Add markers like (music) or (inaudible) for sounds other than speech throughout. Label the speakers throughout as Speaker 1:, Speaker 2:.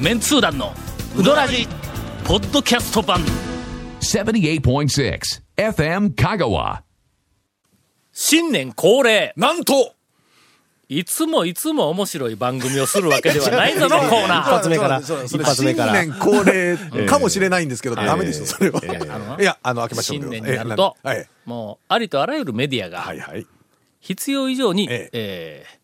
Speaker 1: メンツー団のウドラジポッドキャスト版
Speaker 2: 78.6 FM Kagawa.
Speaker 1: 新年恒例
Speaker 3: なんと
Speaker 1: いつもいつも面白い番組をするわけではないぞのコーナ (laughs)
Speaker 4: 一
Speaker 1: ー
Speaker 4: 発目から
Speaker 3: そうなんです
Speaker 4: 一発目から
Speaker 3: 新年恒例かもしれないんですけど、ダメでしょ、それは。いや、あの、開けましょう。
Speaker 1: 新年になると
Speaker 3: ええはい。
Speaker 1: もうありとあらゆるメディア
Speaker 3: は
Speaker 1: が
Speaker 3: いはい。
Speaker 1: 必要以上に
Speaker 3: ええ
Speaker 1: えー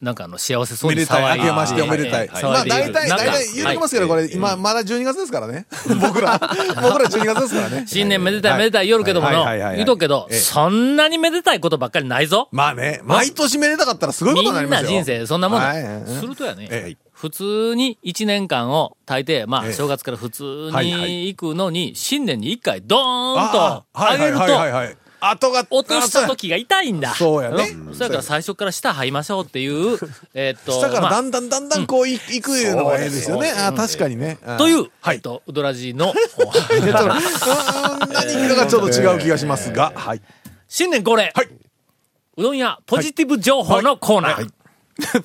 Speaker 1: なんかあの幸せそう
Speaker 3: め
Speaker 1: に
Speaker 3: でた
Speaker 1: 騒
Speaker 3: い。
Speaker 1: い
Speaker 3: 明けましておめでたい。
Speaker 1: えー
Speaker 3: まあ、
Speaker 1: 騒いでい
Speaker 3: 大
Speaker 1: る
Speaker 3: 体、大
Speaker 1: 中
Speaker 3: 体言うてますけど、
Speaker 1: は
Speaker 3: こ
Speaker 1: い
Speaker 3: れ、今、まだ12月ですからね。 (laughs) 僕
Speaker 4: (laughs)
Speaker 3: ら、僕ら12月ですからね。
Speaker 1: 新年めでたい
Speaker 3: はい
Speaker 1: めでたい夜けどもの
Speaker 3: はいはいはいはい
Speaker 1: 言うとくけど
Speaker 3: ええ
Speaker 1: そんなにめでたいことばっかりないぞ
Speaker 3: まあね、毎年めでたかったらすごいこと
Speaker 1: み
Speaker 3: になり
Speaker 1: ん
Speaker 3: ます
Speaker 1: な
Speaker 3: よ。
Speaker 1: 人生そんなもんだ
Speaker 3: はいはいはい
Speaker 1: するとや
Speaker 3: え
Speaker 1: ね
Speaker 3: え
Speaker 1: 普通に1年間を大抵まあ
Speaker 3: え
Speaker 1: 正月から普通
Speaker 3: はいはい
Speaker 1: に行くのに新年に1回ドーン
Speaker 3: あ
Speaker 1: と
Speaker 3: あは
Speaker 1: 上
Speaker 3: い
Speaker 1: げ
Speaker 3: はい
Speaker 1: る
Speaker 3: はいは
Speaker 1: と
Speaker 3: いはい。後が、
Speaker 1: 落とした
Speaker 3: あそう
Speaker 1: 時が痛いんだ。
Speaker 3: そうやね
Speaker 1: んそれから最初から下這いましょうって
Speaker 3: (laughs)
Speaker 1: いう、えっと、
Speaker 3: 下から
Speaker 1: ま
Speaker 3: だ
Speaker 1: あ
Speaker 3: んだんだんだんこうい、いくいうのがええですよね。
Speaker 1: そうですよ
Speaker 3: あ確かにね。あ
Speaker 1: という、
Speaker 3: は
Speaker 1: えっ
Speaker 3: い。
Speaker 1: と、ウドラジの、
Speaker 3: いやちょっとうーん何かがちょっと違う気がしますが、はい。
Speaker 1: 新年恒例、
Speaker 3: はい。
Speaker 1: うどん屋ポジティブ情報のコーナー。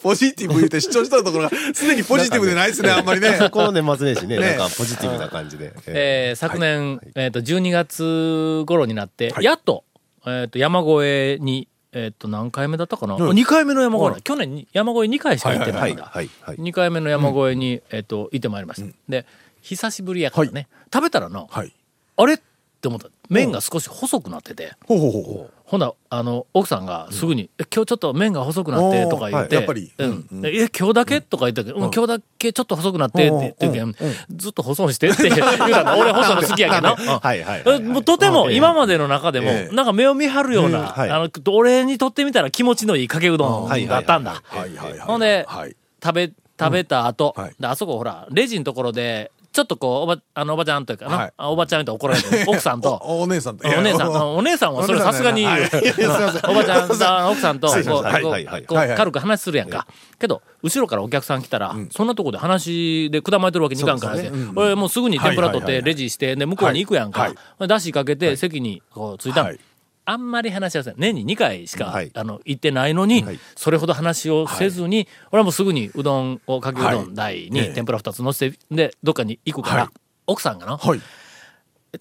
Speaker 3: ポジティブ言うて主張したところが、すでにポジティブでない (laughs) ですね、あんまりね。
Speaker 4: (laughs) この年末年始ね、
Speaker 3: ね
Speaker 4: なんかポジティブな感じで。
Speaker 1: えー昨年、えっと、12月頃になって、やっと、えっと、山越えに、えっと、何回目だったかな、二 ?2 回目の山越えだ、去年に山越え2回しか行ってないんだ。
Speaker 4: はいはいはいはいは
Speaker 1: 2
Speaker 4: い
Speaker 1: 回目の山越えに、えっと、行ってまいりました。で、久しぶりやからね、食べたらの、
Speaker 3: はい。
Speaker 1: あれって思った。麺が少し細くなってて。
Speaker 3: ほうほうほうほ
Speaker 1: ほな、あの、奥さんがすぐに、え今日ちょっと麺が細くなってとか言って、
Speaker 3: おーはいやっぱり
Speaker 1: うん。でえ、今日だけとか言ったけど、うん、今日だけちょっと細くなってって言ってんけど、ずっと細くしてって言うたの。俺細いの好きやけど。うん
Speaker 4: はいはいはいはい
Speaker 1: えもうとても今までの中でも、
Speaker 3: ええ
Speaker 1: なんか目を見張るような、
Speaker 4: はい
Speaker 1: あの、俺にとってみたら気持ちのいいかけうどん
Speaker 4: はい
Speaker 1: だったんだ。
Speaker 3: う。はいはいはい。
Speaker 1: ほんで、
Speaker 3: はい。
Speaker 1: 食べ、食べた後、
Speaker 3: うんはい
Speaker 1: であそこほら、レジのところで、ちょっとこう、おば、あの、おばちゃんというかな、
Speaker 3: はい
Speaker 1: あおばちゃんと怒られ
Speaker 3: (laughs)
Speaker 1: てる、奥さんと、
Speaker 3: おお姉さんと。
Speaker 1: お姉さん、
Speaker 3: いや
Speaker 1: お姉さんはそれさすがに、
Speaker 3: お
Speaker 1: おば (laughs)
Speaker 3: 姉さんじゃないはいいやすいません
Speaker 1: ちゃんさん、奥さんと、こう
Speaker 4: 失礼しました
Speaker 1: こう
Speaker 4: はいはいはい
Speaker 1: こう
Speaker 3: はいはい
Speaker 1: 軽く話するやんか。けど、後ろからお客さん来たら、そんなとこで話でくだまいてるわけにいかんからね。俺もうすぐに天ぷら取っ
Speaker 3: はいはい
Speaker 1: て、
Speaker 3: はいは
Speaker 1: レ
Speaker 3: い
Speaker 1: ジして、で、向こうに行くやん
Speaker 3: は
Speaker 1: か
Speaker 3: い。
Speaker 1: 出しかけて、席にこう着いたの
Speaker 3: はい
Speaker 1: あんまり話し合せん。年に2回しか
Speaker 4: はい、
Speaker 1: あの、行ってないのに
Speaker 4: はい、
Speaker 1: それほど話をせずに、俺はもうすぐにうどんを、かけうどん台
Speaker 3: はいえ
Speaker 1: に
Speaker 3: え
Speaker 1: 天ぷら2つ乗せて、で、どっかに行くか
Speaker 3: は
Speaker 1: ら
Speaker 3: い、
Speaker 1: 奥さんがな、
Speaker 3: はい。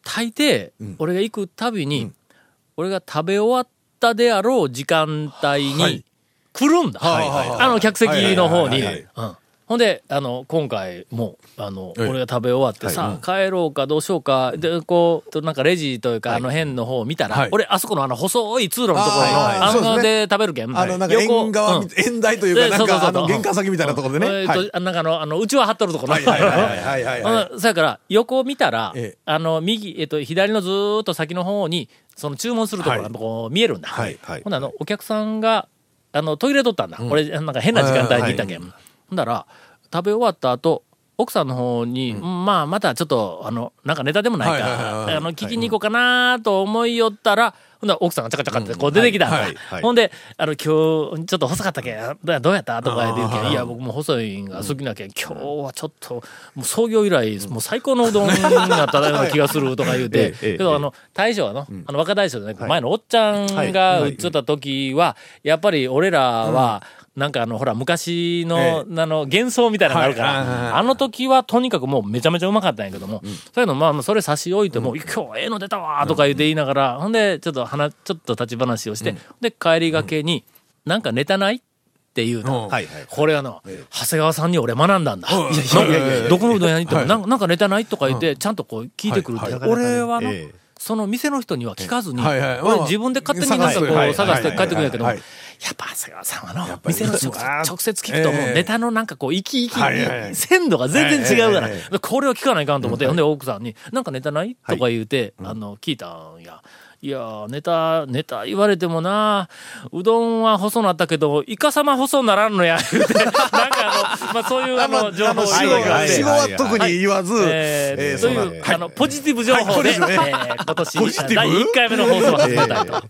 Speaker 1: 大抵、俺が行くたびに、俺が食べ終わったであろう時間帯
Speaker 3: は
Speaker 1: に
Speaker 3: い
Speaker 1: 来るんだ。
Speaker 3: はいはいはい
Speaker 1: あの、客席の方
Speaker 3: は
Speaker 1: に。
Speaker 3: いはいはい
Speaker 1: うんほんで、あの、今回も、あの、
Speaker 3: ええ
Speaker 1: 俺が食べ終わってさ、帰ろうかどうしようか、で、こう、となんかレジというか、あの辺の方を見たら、
Speaker 3: はい
Speaker 1: 俺、あそこのあの、細い通路のところの、
Speaker 3: あーはい
Speaker 1: あ
Speaker 3: そうです
Speaker 1: の
Speaker 3: ね
Speaker 1: で食べるけん。
Speaker 3: あの、なんか、縁側
Speaker 1: うん
Speaker 3: み、縁台というか、
Speaker 1: で
Speaker 3: なん
Speaker 1: そうそう
Speaker 3: か、
Speaker 1: そ
Speaker 3: あ
Speaker 1: うそう
Speaker 3: の、玄関先みたいなところでね。は
Speaker 1: え
Speaker 3: い。
Speaker 1: ーと
Speaker 3: はい
Speaker 1: あなんかあの、あの、うちは張っとるとこな。
Speaker 3: はいはいはいはい。
Speaker 1: うん、そやから、横を見たら、
Speaker 3: ええ
Speaker 1: あの、右、えっと、左のずーっと先の方に、その注文するところが
Speaker 3: はい
Speaker 1: こう見えるんだ。
Speaker 4: はいはい
Speaker 1: ほんならあの、お客さんが、あの、トイレ取ったんだ。俺、なんか変な時間帯に行ったけん。ほんだら、食べ終わった後、奥さんの方に、うんまあ、またちょっと、あの、なんかネタでもない
Speaker 3: はいはいはいはい
Speaker 1: か、あの、聞きに行こうかなと思いよったら、ほんなら奥さんがチャカチャカってこう出てきたんだ。
Speaker 4: はいはいはい
Speaker 1: ほんで、あの、今日、ちょっと細かったけん、どどうやったとか言うけん、いや、僕も細いんが好きなけん、今日はちょっと、もう創業以来、もう最高のうどんがただような気がするとか言う
Speaker 4: ええ
Speaker 1: て、
Speaker 4: ええ
Speaker 1: けど、あの、大将はの、あの、若大将じゃなくて、前のおっちゃん
Speaker 4: は
Speaker 1: が
Speaker 4: いは
Speaker 1: 売
Speaker 4: い
Speaker 1: っちゃった時は、やっぱり俺らは、なんかあの、ほら、昔の、あの、幻想みたいなのがあるか
Speaker 3: はいはいはい
Speaker 1: ら、あの時はとにかくもうめちゃめちゃうまかったんやけども、そういうの、まあまあ、それ差し置いても、今日ええの出たわーとか言って言いながら、ほんで、ちょっと話、ちょっと立ち話をして、で、帰りがけに、なんかネタないっていうの。
Speaker 4: はいはい。
Speaker 1: これはな、長谷川さんに俺学んだんだ。
Speaker 3: い
Speaker 1: なんか
Speaker 3: いやいやいや
Speaker 1: どこのうどん屋に行っても、なんかなんかネタないとか言って、ちゃんとこう聞いてくるって
Speaker 3: はい
Speaker 4: はい
Speaker 1: 俺はな
Speaker 4: ええ、
Speaker 1: その店の人には聞かずに、
Speaker 3: はいはい
Speaker 1: 俺自分で勝手になんかこ
Speaker 3: は
Speaker 1: う
Speaker 3: い
Speaker 1: 探して帰ってくるんやけど、
Speaker 3: は
Speaker 1: や
Speaker 3: い
Speaker 1: っ
Speaker 3: はい
Speaker 1: ぱ長谷川さんはな、店の人が直接聞く
Speaker 3: え
Speaker 1: と
Speaker 3: え
Speaker 1: もうネタのなんかこう、生き
Speaker 3: はいはいは
Speaker 1: 生き、
Speaker 3: い
Speaker 1: 鮮度が全然違うから
Speaker 3: ええええ、
Speaker 1: これを聞かないかんと思って、ほんで奥さんに、なんかネタないとか言うて、あの、聞いたんや。いやー、ネタ、ネタ言われてもな、うどんは細なったけど、イカ様細ならんのや、 (laughs) 言うて、なんかあの、まあそういうあ
Speaker 3: あの、あ
Speaker 1: の、
Speaker 3: の、
Speaker 1: 情報を
Speaker 3: 死後
Speaker 4: はいは
Speaker 3: は、
Speaker 4: い
Speaker 3: 死後は特に言わず、
Speaker 1: え
Speaker 3: え
Speaker 1: ー
Speaker 3: ー
Speaker 1: と
Speaker 3: そう
Speaker 1: い
Speaker 3: なん
Speaker 1: う、
Speaker 3: だ
Speaker 1: あの、ポジティブ情報で、
Speaker 3: はいそうですね
Speaker 1: えー今年、
Speaker 3: ポジティブ
Speaker 1: 第1回目の放送を始めたいと。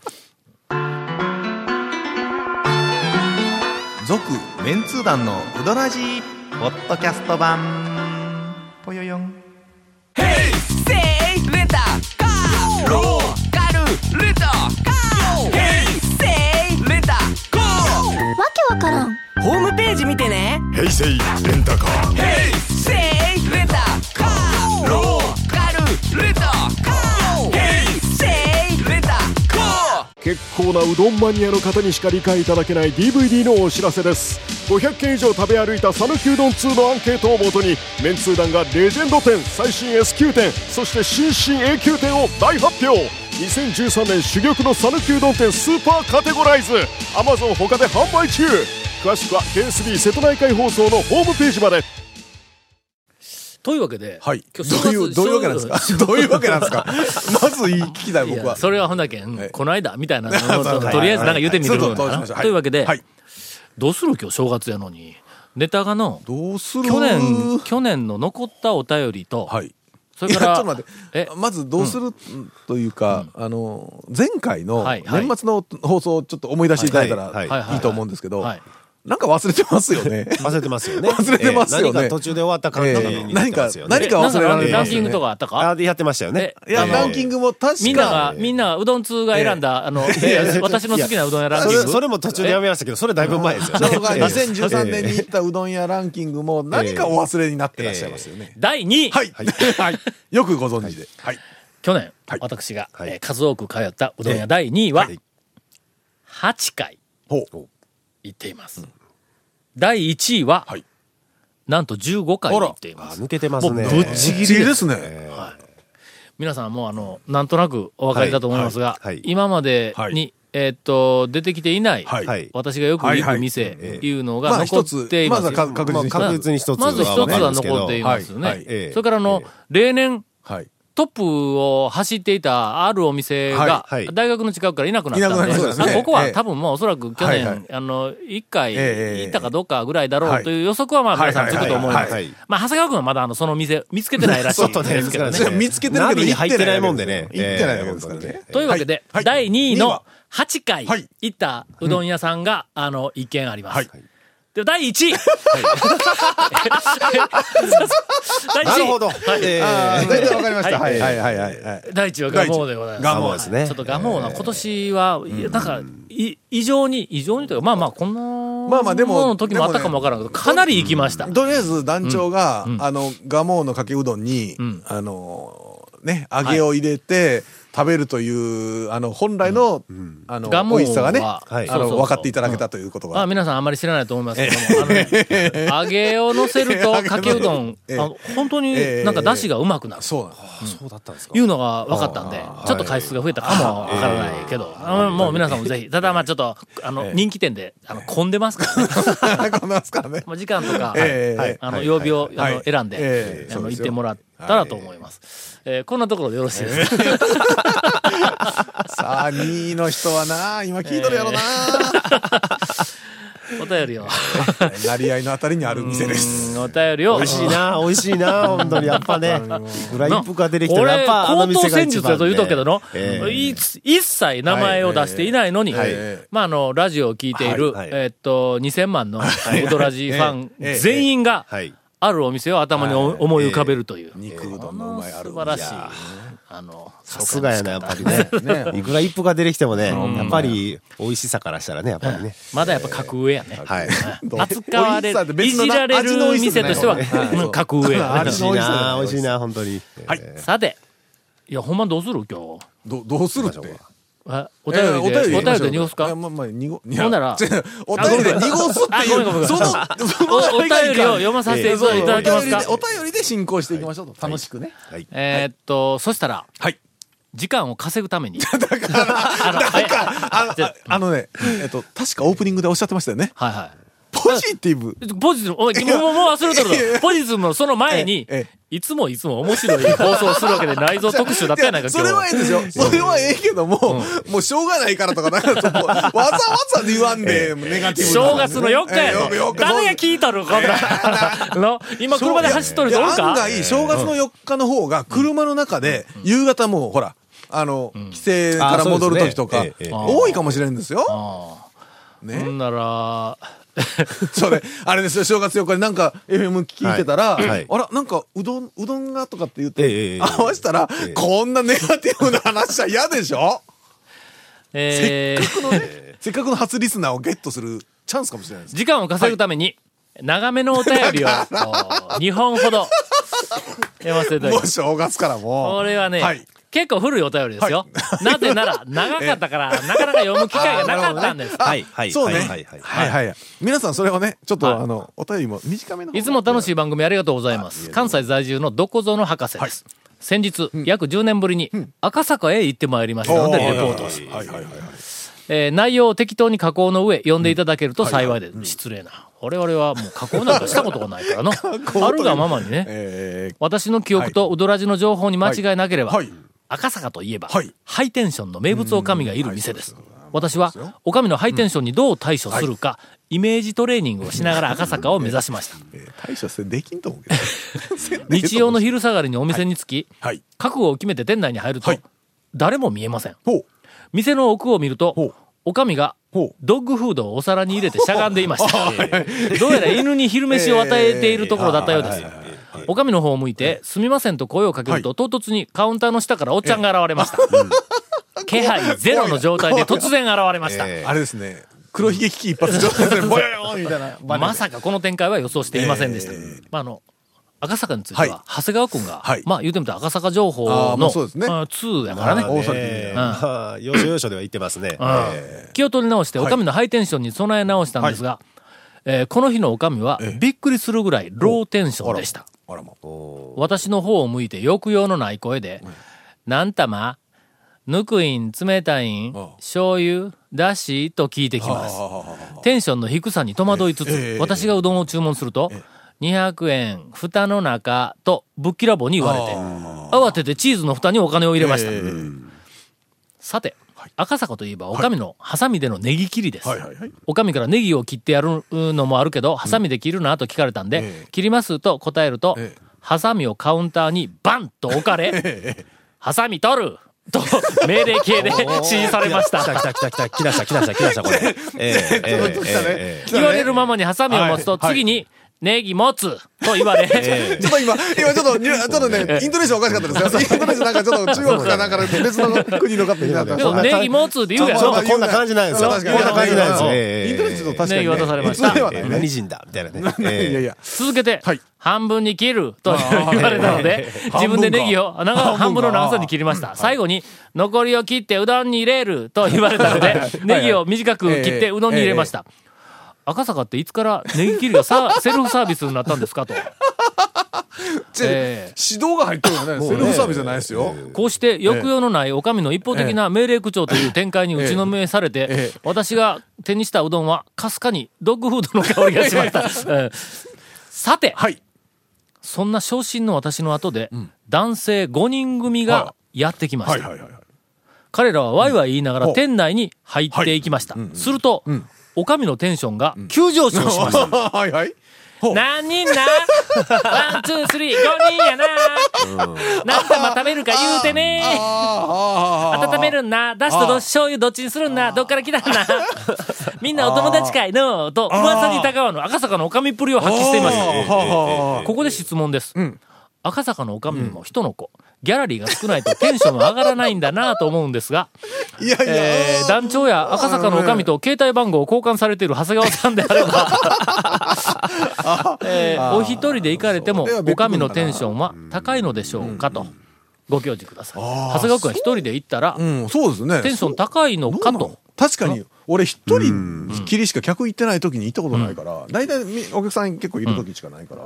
Speaker 5: 続メンツー団のウドラジーポッドキャスト版ぽよよん
Speaker 6: わけわからん
Speaker 7: ホームページ見てね平成レンタカー平成
Speaker 6: 結構なうどんマニアの方にしか理解いただけない DVD のお知らせです500件以上食べ歩いた讃岐うどん通のアンケートをもとにメンツー団がレジェンド店最新 S 級店そして新進 A 級店を大発表2013年珠玉の讃岐うどん店スーパーカテゴライズ Amazon 他で販売中詳しくは KSB 瀬戸内海放送のホームページまで
Speaker 1: というわけで、
Speaker 3: はい。ど
Speaker 1: 今
Speaker 3: う
Speaker 1: 日正月
Speaker 3: いう、どういうわけなんですかどういうわけなんで
Speaker 1: (laughs)
Speaker 3: すかまず言い聞きたい、
Speaker 1: い
Speaker 3: 僕
Speaker 1: や
Speaker 3: は。
Speaker 1: それはほんだけん、
Speaker 3: はい
Speaker 1: この間みたいな
Speaker 3: (laughs) そうそう
Speaker 1: とりあえずなんか言うてみる
Speaker 3: そ
Speaker 1: のか
Speaker 3: うそうし
Speaker 1: な
Speaker 3: ましょ
Speaker 1: というわけで、
Speaker 3: はい。
Speaker 1: どうする今日正月やのにネタがの
Speaker 3: どうする
Speaker 1: 去年去年の残ったお便りと、
Speaker 3: はい。
Speaker 1: そ
Speaker 3: い
Speaker 1: れ
Speaker 3: や、ち
Speaker 1: か
Speaker 3: ょ
Speaker 1: ら
Speaker 3: っと待って
Speaker 1: え。
Speaker 3: まずどうするというか、あの、前回の
Speaker 1: はいはい
Speaker 3: 年末の放送をちょっと思い出していただいたら
Speaker 4: はい
Speaker 1: はいはい
Speaker 3: いいと思うんですけど、
Speaker 1: はい
Speaker 3: なんか忘れてますよね。
Speaker 4: 忘れてますよね。
Speaker 3: (laughs) 忘れてますよね
Speaker 4: ええ何か途中で終わった感じになってますよね。
Speaker 3: 何か忘れられ
Speaker 1: え
Speaker 3: てますよね
Speaker 1: なんランキングとかあった
Speaker 4: あ
Speaker 1: か
Speaker 4: でやってましたよね。
Speaker 1: え
Speaker 3: いや、
Speaker 1: あの
Speaker 3: ランキングも確か
Speaker 1: みんなが、みんながうどん通が選んだ、あの、え私の好きなうどん屋ラン
Speaker 4: そ
Speaker 1: キン
Speaker 4: れ
Speaker 1: グ。
Speaker 4: それも途中でやめましたけど、それだいぶ前ですよね。
Speaker 3: そうか
Speaker 4: ええ
Speaker 3: 2013年に行ったうどん屋ランキングも何かお忘れになってらっしゃいますよね。
Speaker 1: 第2位、
Speaker 3: はい。 (laughs) はい。よくご存知で。はい。
Speaker 1: 去年、
Speaker 3: はい
Speaker 1: 私が、
Speaker 4: はい
Speaker 1: えー数多く通ったうどん屋第2位は、
Speaker 4: はい
Speaker 1: 8回
Speaker 3: ほう。
Speaker 1: 行っています。第1位は、
Speaker 3: はい
Speaker 1: なんと15回
Speaker 3: あら
Speaker 1: 行っていま
Speaker 4: あ
Speaker 1: す。
Speaker 4: 抜けてますね。
Speaker 1: もうぶっちぎりです
Speaker 3: ですね。
Speaker 1: 皆さんもうあの、なんとなくお分かりだと思いますが、
Speaker 4: はいはいはい
Speaker 1: 今までに、
Speaker 3: はい
Speaker 1: えーっと、出てきていない、
Speaker 3: はい
Speaker 4: はい。
Speaker 1: 私がよく行く店、
Speaker 4: はいはい
Speaker 1: いうの
Speaker 3: ま
Speaker 1: が
Speaker 3: あ
Speaker 1: 残
Speaker 3: 一
Speaker 1: っ
Speaker 3: つ
Speaker 1: て、いま。
Speaker 3: ますずは確確実に。
Speaker 4: 確実に一つは
Speaker 1: まず一つ
Speaker 4: わかる
Speaker 1: は
Speaker 4: んですけど
Speaker 1: 残っていますよね。
Speaker 3: はい
Speaker 4: はい
Speaker 1: それからあの、
Speaker 4: ええ
Speaker 1: 例年、
Speaker 3: はい。
Speaker 1: トップを走っていたあるお店が
Speaker 4: はいは、い
Speaker 1: 大学の近くからいなくなったんで、
Speaker 3: いなくなりましたね
Speaker 1: あここは
Speaker 3: ええ
Speaker 1: 多分もうおそらく去年、
Speaker 3: はいはい
Speaker 1: あの、1回
Speaker 3: ええ
Speaker 1: 行ったかどうかぐらいだろ
Speaker 3: は
Speaker 1: う
Speaker 3: い
Speaker 1: という予測はまあ皆さんつくと思います。
Speaker 3: はい
Speaker 1: まあ、長谷川君はまだあの、その店、見つけてないらしいですけどね。
Speaker 3: ね見つけてるけど
Speaker 4: ナビに入ってないもんでね。
Speaker 3: 行ってないわけですからね
Speaker 4: ええ
Speaker 1: というわけで、
Speaker 3: はい
Speaker 1: 第2位
Speaker 3: 二位
Speaker 1: の
Speaker 3: は
Speaker 1: 8回
Speaker 3: はい
Speaker 1: 行ったうどん屋さんが、あの、一軒あります。
Speaker 3: はい
Speaker 1: で、第1位 (laughs) 第
Speaker 4: なるほど。ええ
Speaker 3: あー大体わかりました。
Speaker 1: は
Speaker 3: はいいはいはいはいはい。
Speaker 1: 第1位はガモーでございます。
Speaker 4: ガモーですね
Speaker 1: はいちょっとガモーな、今年は、いやなんか、い異常に、異常にというか、まあまあ、こんな、
Speaker 3: まあまあでも
Speaker 1: の時もあったかもわからんけど、かなり行きました。
Speaker 3: とりあえず団長が、あの、ガモーのかけうどんに、あの、ね、揚げを入れて、食べるという、あの、本来の、あの、
Speaker 1: 蒲生は
Speaker 3: 美味しさがね、
Speaker 1: はい
Speaker 3: あ
Speaker 1: そうそう
Speaker 3: の、
Speaker 1: そう
Speaker 3: 分かっていただけたということ
Speaker 1: まあ
Speaker 3: が。
Speaker 1: 皆さんあまり知らないと思いますけども、あのね、揚げを乗せると、かけうどん、あ
Speaker 3: ええ
Speaker 1: の本当に
Speaker 3: ええ
Speaker 1: なんか出汁がうまくなる。
Speaker 3: そうなん (laughs) です。
Speaker 4: そうだったんですか
Speaker 1: いうのが分かったんで、ちょっと回数が増えたかもわからないけど、あのもう皆さんもぜひ、ただまあちょっと、あの、人気店で、あの、混んでますからね。
Speaker 3: こんなんですからね。
Speaker 1: もう時間とか、
Speaker 3: ええ
Speaker 1: はいあの、
Speaker 4: はい
Speaker 1: 曜日を、あ
Speaker 3: は
Speaker 1: の、
Speaker 3: い
Speaker 1: 選んで、
Speaker 3: ええ
Speaker 1: あ
Speaker 3: そ
Speaker 1: の、
Speaker 3: うで
Speaker 1: 行っ
Speaker 3: すよ
Speaker 1: てもらったらと思います。えーこんなところでよろしいですか、
Speaker 3: さあ、2位の人はな、今聞いとるやろな。
Speaker 1: お便りを、
Speaker 3: なり合いのあたりにある店で
Speaker 1: う
Speaker 3: す。
Speaker 1: んお便りを。
Speaker 4: 美味しいな、美味しいな、本当に。やっぱね。裏
Speaker 1: な
Speaker 4: 一服が出てきたら、や
Speaker 1: 俺
Speaker 4: っぱあの
Speaker 1: 口頭
Speaker 4: 店が
Speaker 1: 戦
Speaker 4: 一
Speaker 1: 術
Speaker 4: 番
Speaker 1: やと言うとくけどの、
Speaker 4: ええ
Speaker 1: いつ一切名前を出していないのに、
Speaker 3: はいえ
Speaker 1: まあ、あの、ラジオを聞いている、
Speaker 4: はいはい
Speaker 1: えっと、2000万のウドラジファン
Speaker 3: ええええ
Speaker 1: 全員が、
Speaker 4: はい。
Speaker 1: あるお店を頭にお
Speaker 4: はい
Speaker 1: 思い浮かべるという。
Speaker 3: 肉うどんのうまいある。
Speaker 1: 素晴らしい
Speaker 3: いや。
Speaker 1: あの、
Speaker 4: さすがやな、やっぱり
Speaker 3: ね
Speaker 4: ね。いくら一服が出てきてもね、やっぱり美味しさからしたらね、やっぱりね。
Speaker 1: まだやっぱ格上やね。
Speaker 4: はい。
Speaker 1: 扱われ
Speaker 3: 美味しさって
Speaker 1: る、い
Speaker 3: 別の
Speaker 1: じ
Speaker 3: な
Speaker 1: られ
Speaker 3: 味の美
Speaker 1: る
Speaker 3: 味しさ
Speaker 1: 店
Speaker 3: じゃな
Speaker 1: と
Speaker 3: い
Speaker 1: しては、
Speaker 3: はい
Speaker 1: うん格上や
Speaker 4: 美
Speaker 1: ね
Speaker 4: 味しいな、美味しいな、本当に。
Speaker 3: はい。
Speaker 1: さて、いや、ほんまどうする今日。
Speaker 3: どどうするって。
Speaker 1: あお便りで、
Speaker 3: えー
Speaker 1: お便りで濁す
Speaker 3: いや
Speaker 1: か
Speaker 3: まあまあ、濁いや
Speaker 1: ほんなら
Speaker 3: 違うお便りで濁すって
Speaker 1: あごめんごめんごめ
Speaker 3: い
Speaker 1: ん
Speaker 3: う、その、その
Speaker 1: おお便りを読まさせていただいただけます
Speaker 3: お便りでお
Speaker 1: か
Speaker 3: 便りで進行していきましょうと。楽しくね。
Speaker 4: はい。
Speaker 1: えーっと、そしたら、
Speaker 3: はい。
Speaker 1: 時間を稼ぐために。
Speaker 3: あのあ
Speaker 1: じゃ
Speaker 3: ああのね、えっと、確かオープニングでおっしゃってましたよね。
Speaker 1: はいはい。
Speaker 3: ポジティブ。
Speaker 1: ポジティブ、おい、もう、もうもう忘れとるぞ。ポジティブのその前に
Speaker 3: ええ、
Speaker 1: いつもいつも面白い放送するわけで内臓特集だったやないか、
Speaker 3: い
Speaker 1: 今
Speaker 3: やそれはいい
Speaker 1: 日。
Speaker 3: ですよ。それはええけども、もうしょうがないからとか、なんかそこ、わざわざ言わんで、ネガティブな
Speaker 1: 正月の4日や
Speaker 3: ええよ
Speaker 1: ろ。
Speaker 3: く
Speaker 1: 誰が聞いとるこんなの。今車で走っとる人おる
Speaker 3: いや案
Speaker 1: か
Speaker 3: 外、正月の4日の方が、車の中で、夕方もう、ほら、あの、帰省から戻る時と
Speaker 4: あ
Speaker 3: か
Speaker 4: そうですねええええ、
Speaker 3: 多いかもしれんですよ。
Speaker 1: ほんなら、
Speaker 3: それ、あれですよ、正月4日になんか、FM 聞いてたら、
Speaker 4: はいはい
Speaker 3: あら、なんか、うどん、うどんがとかって言っ
Speaker 4: えええええ
Speaker 3: て
Speaker 4: え、
Speaker 3: 合わせたら、
Speaker 4: え
Speaker 3: こんなネガティブな話は嫌でしょ
Speaker 1: えー
Speaker 3: せっかくの初リスナーをゲットするチャンスかもしれないです。
Speaker 1: 時間を稼ぐために、長めのお便りを、2本ほど、読ませていただき
Speaker 3: も
Speaker 1: ま
Speaker 3: う
Speaker 1: す。
Speaker 3: 正月からもう。
Speaker 1: これはね、
Speaker 3: はい。
Speaker 1: 結構古いお (laughs) 便りですよ。なぜなら、長かったから、なかなか読む機会がなかったんです。
Speaker 4: はい、はい、
Speaker 3: そうね。
Speaker 4: は、
Speaker 3: はいい
Speaker 4: は
Speaker 3: はいい
Speaker 4: はい。
Speaker 3: はい。皆さんそれをね、ちょっと
Speaker 1: はい
Speaker 3: あの、お便りも短めの方が。
Speaker 1: いつも楽し
Speaker 3: い。
Speaker 1: い番組ありがとうございます。関西在住のどこぞの博士です。先日、約10年ぶりに赤坂へ行ってまいりましたので、レポートをし
Speaker 3: はいはいはい。
Speaker 1: えー内容を適当に加工の上、読んでいただけると幸いです。失礼な。我々はもう加工なんかしたことがないから (laughs) の。あるがままにね、
Speaker 3: えー
Speaker 1: 私の記憶とウドラジの情報に間違いなければ、
Speaker 3: はいはい
Speaker 1: 赤坂といえば、
Speaker 3: はい
Speaker 1: ハイテンションの名物おかみがいる店です。私は、おかみのハイテンションにどう対処するか、イメージトレーニングをしながら赤坂を目指しました。
Speaker 3: えー対処してできんと思うけど。
Speaker 1: (laughs) 日曜の昼下がりにお店に着き、
Speaker 3: はい。
Speaker 1: 覚悟を決めて店内に入ると、
Speaker 3: はい
Speaker 1: 誰も見えません。
Speaker 3: ほう。
Speaker 1: 店の奥を見る
Speaker 3: ほ
Speaker 1: と
Speaker 3: う、
Speaker 1: おかみが
Speaker 3: ほう、
Speaker 1: ドッグフードをお皿に入れてしゃがんでいま
Speaker 3: (laughs)
Speaker 1: した。どうやら犬に昼飯を与えているところだったようです。おかみの方を向いて、すみませんと声をかけると、唐突にカウンターの下からおっちゃんが現れました。気配ゼロの状態で突然現れま
Speaker 3: (laughs)
Speaker 1: した。
Speaker 3: あれですね。黒ひげ危機一発上
Speaker 1: (laughs)
Speaker 3: 手で、ぼよよんみたいな。
Speaker 1: まさかこの展開は予想していませんでした。まあ、あの赤坂については、
Speaker 3: は
Speaker 1: 長谷川君が、
Speaker 3: はい
Speaker 1: まあ言うてみたら赤坂情報
Speaker 3: あーま
Speaker 1: の、
Speaker 3: あそうですね
Speaker 1: まあ2やからね。
Speaker 3: 大阪
Speaker 4: えー
Speaker 1: ん
Speaker 4: まあ、要所要所では言ってますね。
Speaker 1: うん気を取り直して、おかみのハイテンションに備え直したんですが、えーこの日のおかみは、びっくりするぐらいローテンションでした。
Speaker 3: あらま。
Speaker 1: 私の方を向いて抑揚のない声で、何玉ぬくいん、冷たいん、醤油、だしと聞いてきます。テンションの低さに戸惑いつつ、
Speaker 3: ええ
Speaker 1: 私がうどんを注文すると、200円、蓋の中と、ぶっきらぼうに言われて、慌ててチーズの蓋にお金を入れました。
Speaker 3: えー
Speaker 1: さて、赤坂といえば、おかみのハサミでのネギ切りです。
Speaker 3: はいはいはい。
Speaker 1: おかみからネギを切ってやるのもあるけど、ハサミで切るなと聞かれたんで、
Speaker 3: ええ
Speaker 1: 切りますと答えると、
Speaker 3: ええ
Speaker 1: ハサミをカウンターにバンと置か
Speaker 3: (laughs)
Speaker 1: れ、ハサミ取る (laughs) と命令系で指示されまし
Speaker 4: 来た
Speaker 1: た。
Speaker 4: 来た来た来た、来ました来ました来ました、これ。えーえーえー
Speaker 1: 言われるままにハサミを持つと、次に、ネギ持つと言われ、 (laughs)
Speaker 3: ちょっと今、今ちょっと、にちょっとね、イントネーションおかしかったですよ。イントネーションなんかちょっと中国かなんかの別の国の方になった。
Speaker 1: でもネギ持つって言うや
Speaker 4: そ
Speaker 1: ろ
Speaker 4: う。こんな感じなんですよ。こん
Speaker 3: 確か
Speaker 4: な
Speaker 3: に
Speaker 4: 感じなんですよ。
Speaker 1: うん
Speaker 4: えーえー
Speaker 3: イントネーションと確かに。
Speaker 1: ネギ渡されました
Speaker 3: 普通では
Speaker 4: え
Speaker 3: な
Speaker 4: ー
Speaker 3: いね。
Speaker 4: 何人だみたいなね。
Speaker 3: いやい
Speaker 4: えー
Speaker 3: や。
Speaker 1: 続けて、
Speaker 3: はい
Speaker 1: 半分に切ると言われたので、自分でネギを長半分の長さに切りました。最後に、残りを切ってうどんに入れると言われたので、ネギを短く切ってうどんに入れました。赤坂っていつからネギ切りがさセルフサービスになったんですかと。 (laughs)
Speaker 3: ちょ
Speaker 1: ええ
Speaker 3: 指導が入ってるよね。セルフサービスじゃないですよ。
Speaker 1: こうして抑揚のないお上の一方的な命令口調という展開に打ちのめされて、
Speaker 3: ええ
Speaker 1: 私が手にしたうどんはかすかにドッグフードの香りがし
Speaker 3: (laughs)
Speaker 1: ました。ええさて、
Speaker 3: はい。
Speaker 1: そんな昇進の私の後で、男性5人組が
Speaker 3: は
Speaker 1: やってきました。
Speaker 3: はいはいはい。
Speaker 1: 彼らはワイワイ言いながら
Speaker 3: うん
Speaker 1: 店内に入っていきました。すると、おかみのテンションが急上昇しました。
Speaker 3: はいはい。
Speaker 1: 何人なワン、ツー、スリー、5人やな、何玉食べるか言うてね
Speaker 3: あ
Speaker 1: 温めるんな。だしとど醤油どっちにするんな。どっから来たん
Speaker 3: (laughs)
Speaker 1: な。みんなお友達かいのうと、噂に高わぬ赤坂のおかみっぷりを発揮していました。ここで質問です。赤坂のおかみも人の子、ギャラリーが少ないとテンション上がらないんだなと思うんですが、
Speaker 3: あ。いやい
Speaker 1: えー
Speaker 3: や。
Speaker 1: 団長や赤坂のおかみと携帯番号を交換されている長谷川さんであ
Speaker 3: (laughs)
Speaker 1: れば、えーお一人で行かれても
Speaker 3: それは、
Speaker 1: お
Speaker 3: 別
Speaker 1: かみ
Speaker 3: 分
Speaker 1: の
Speaker 3: だな
Speaker 1: テンションは高いのでしょうかと、ご教示ください。長谷川君は一人で行ったら
Speaker 3: う、ん、そうですね。
Speaker 1: テンション高いのか
Speaker 3: どうなの
Speaker 1: と。
Speaker 3: 確かに、俺一人きりしか客行ってない時に行ったことないから、大体みお客さん結構いる時しかないから。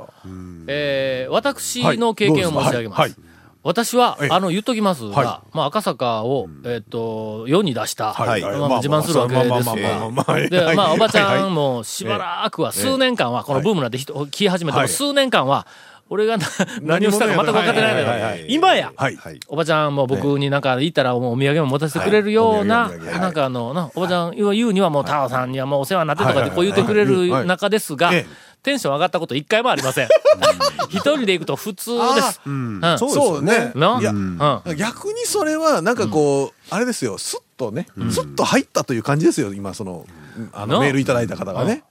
Speaker 1: えー私の経験を申し上げます。
Speaker 3: はいどうです
Speaker 1: 私は、
Speaker 3: ええ
Speaker 1: あの、言っときますが、
Speaker 3: は
Speaker 1: まあ、赤坂を、えっ、と、世に出した、
Speaker 3: はい
Speaker 1: まあ
Speaker 3: はい
Speaker 1: まあ
Speaker 3: まあ
Speaker 1: 自慢するわけです
Speaker 3: まあまあまあまあまあまあ
Speaker 1: よ。で、まあ、おばちゃんも、しばらくは、数年間は、このブームなんて人、聞き始めても、
Speaker 3: はい
Speaker 1: 数年間は、俺
Speaker 3: (laughs)
Speaker 1: がな何をしたか全く分かってないん
Speaker 4: はいはい
Speaker 1: だ
Speaker 4: は
Speaker 1: けど、
Speaker 4: い
Speaker 1: 今や、
Speaker 3: はい。
Speaker 1: おばちゃんも僕になんか行ったらもうお土産も持たせてくれるような、
Speaker 3: はいお土産お土産
Speaker 1: なんかあの、なおばちゃん言う言うにはもう、タオさんにはもうお世話になってとかってこう言ってくれ
Speaker 3: はいはいは
Speaker 1: る
Speaker 3: い
Speaker 1: 中ですが
Speaker 3: はいえ、
Speaker 1: テンション上がったこと一回もありません。一人で行くと普通です。うんな
Speaker 3: そうね。いや、
Speaker 1: うん
Speaker 3: 逆にそれはなんかこう、あれですよスッとね、スッと入ったという感じですよ今そのあ
Speaker 1: な
Speaker 3: のメールいただいた方がね、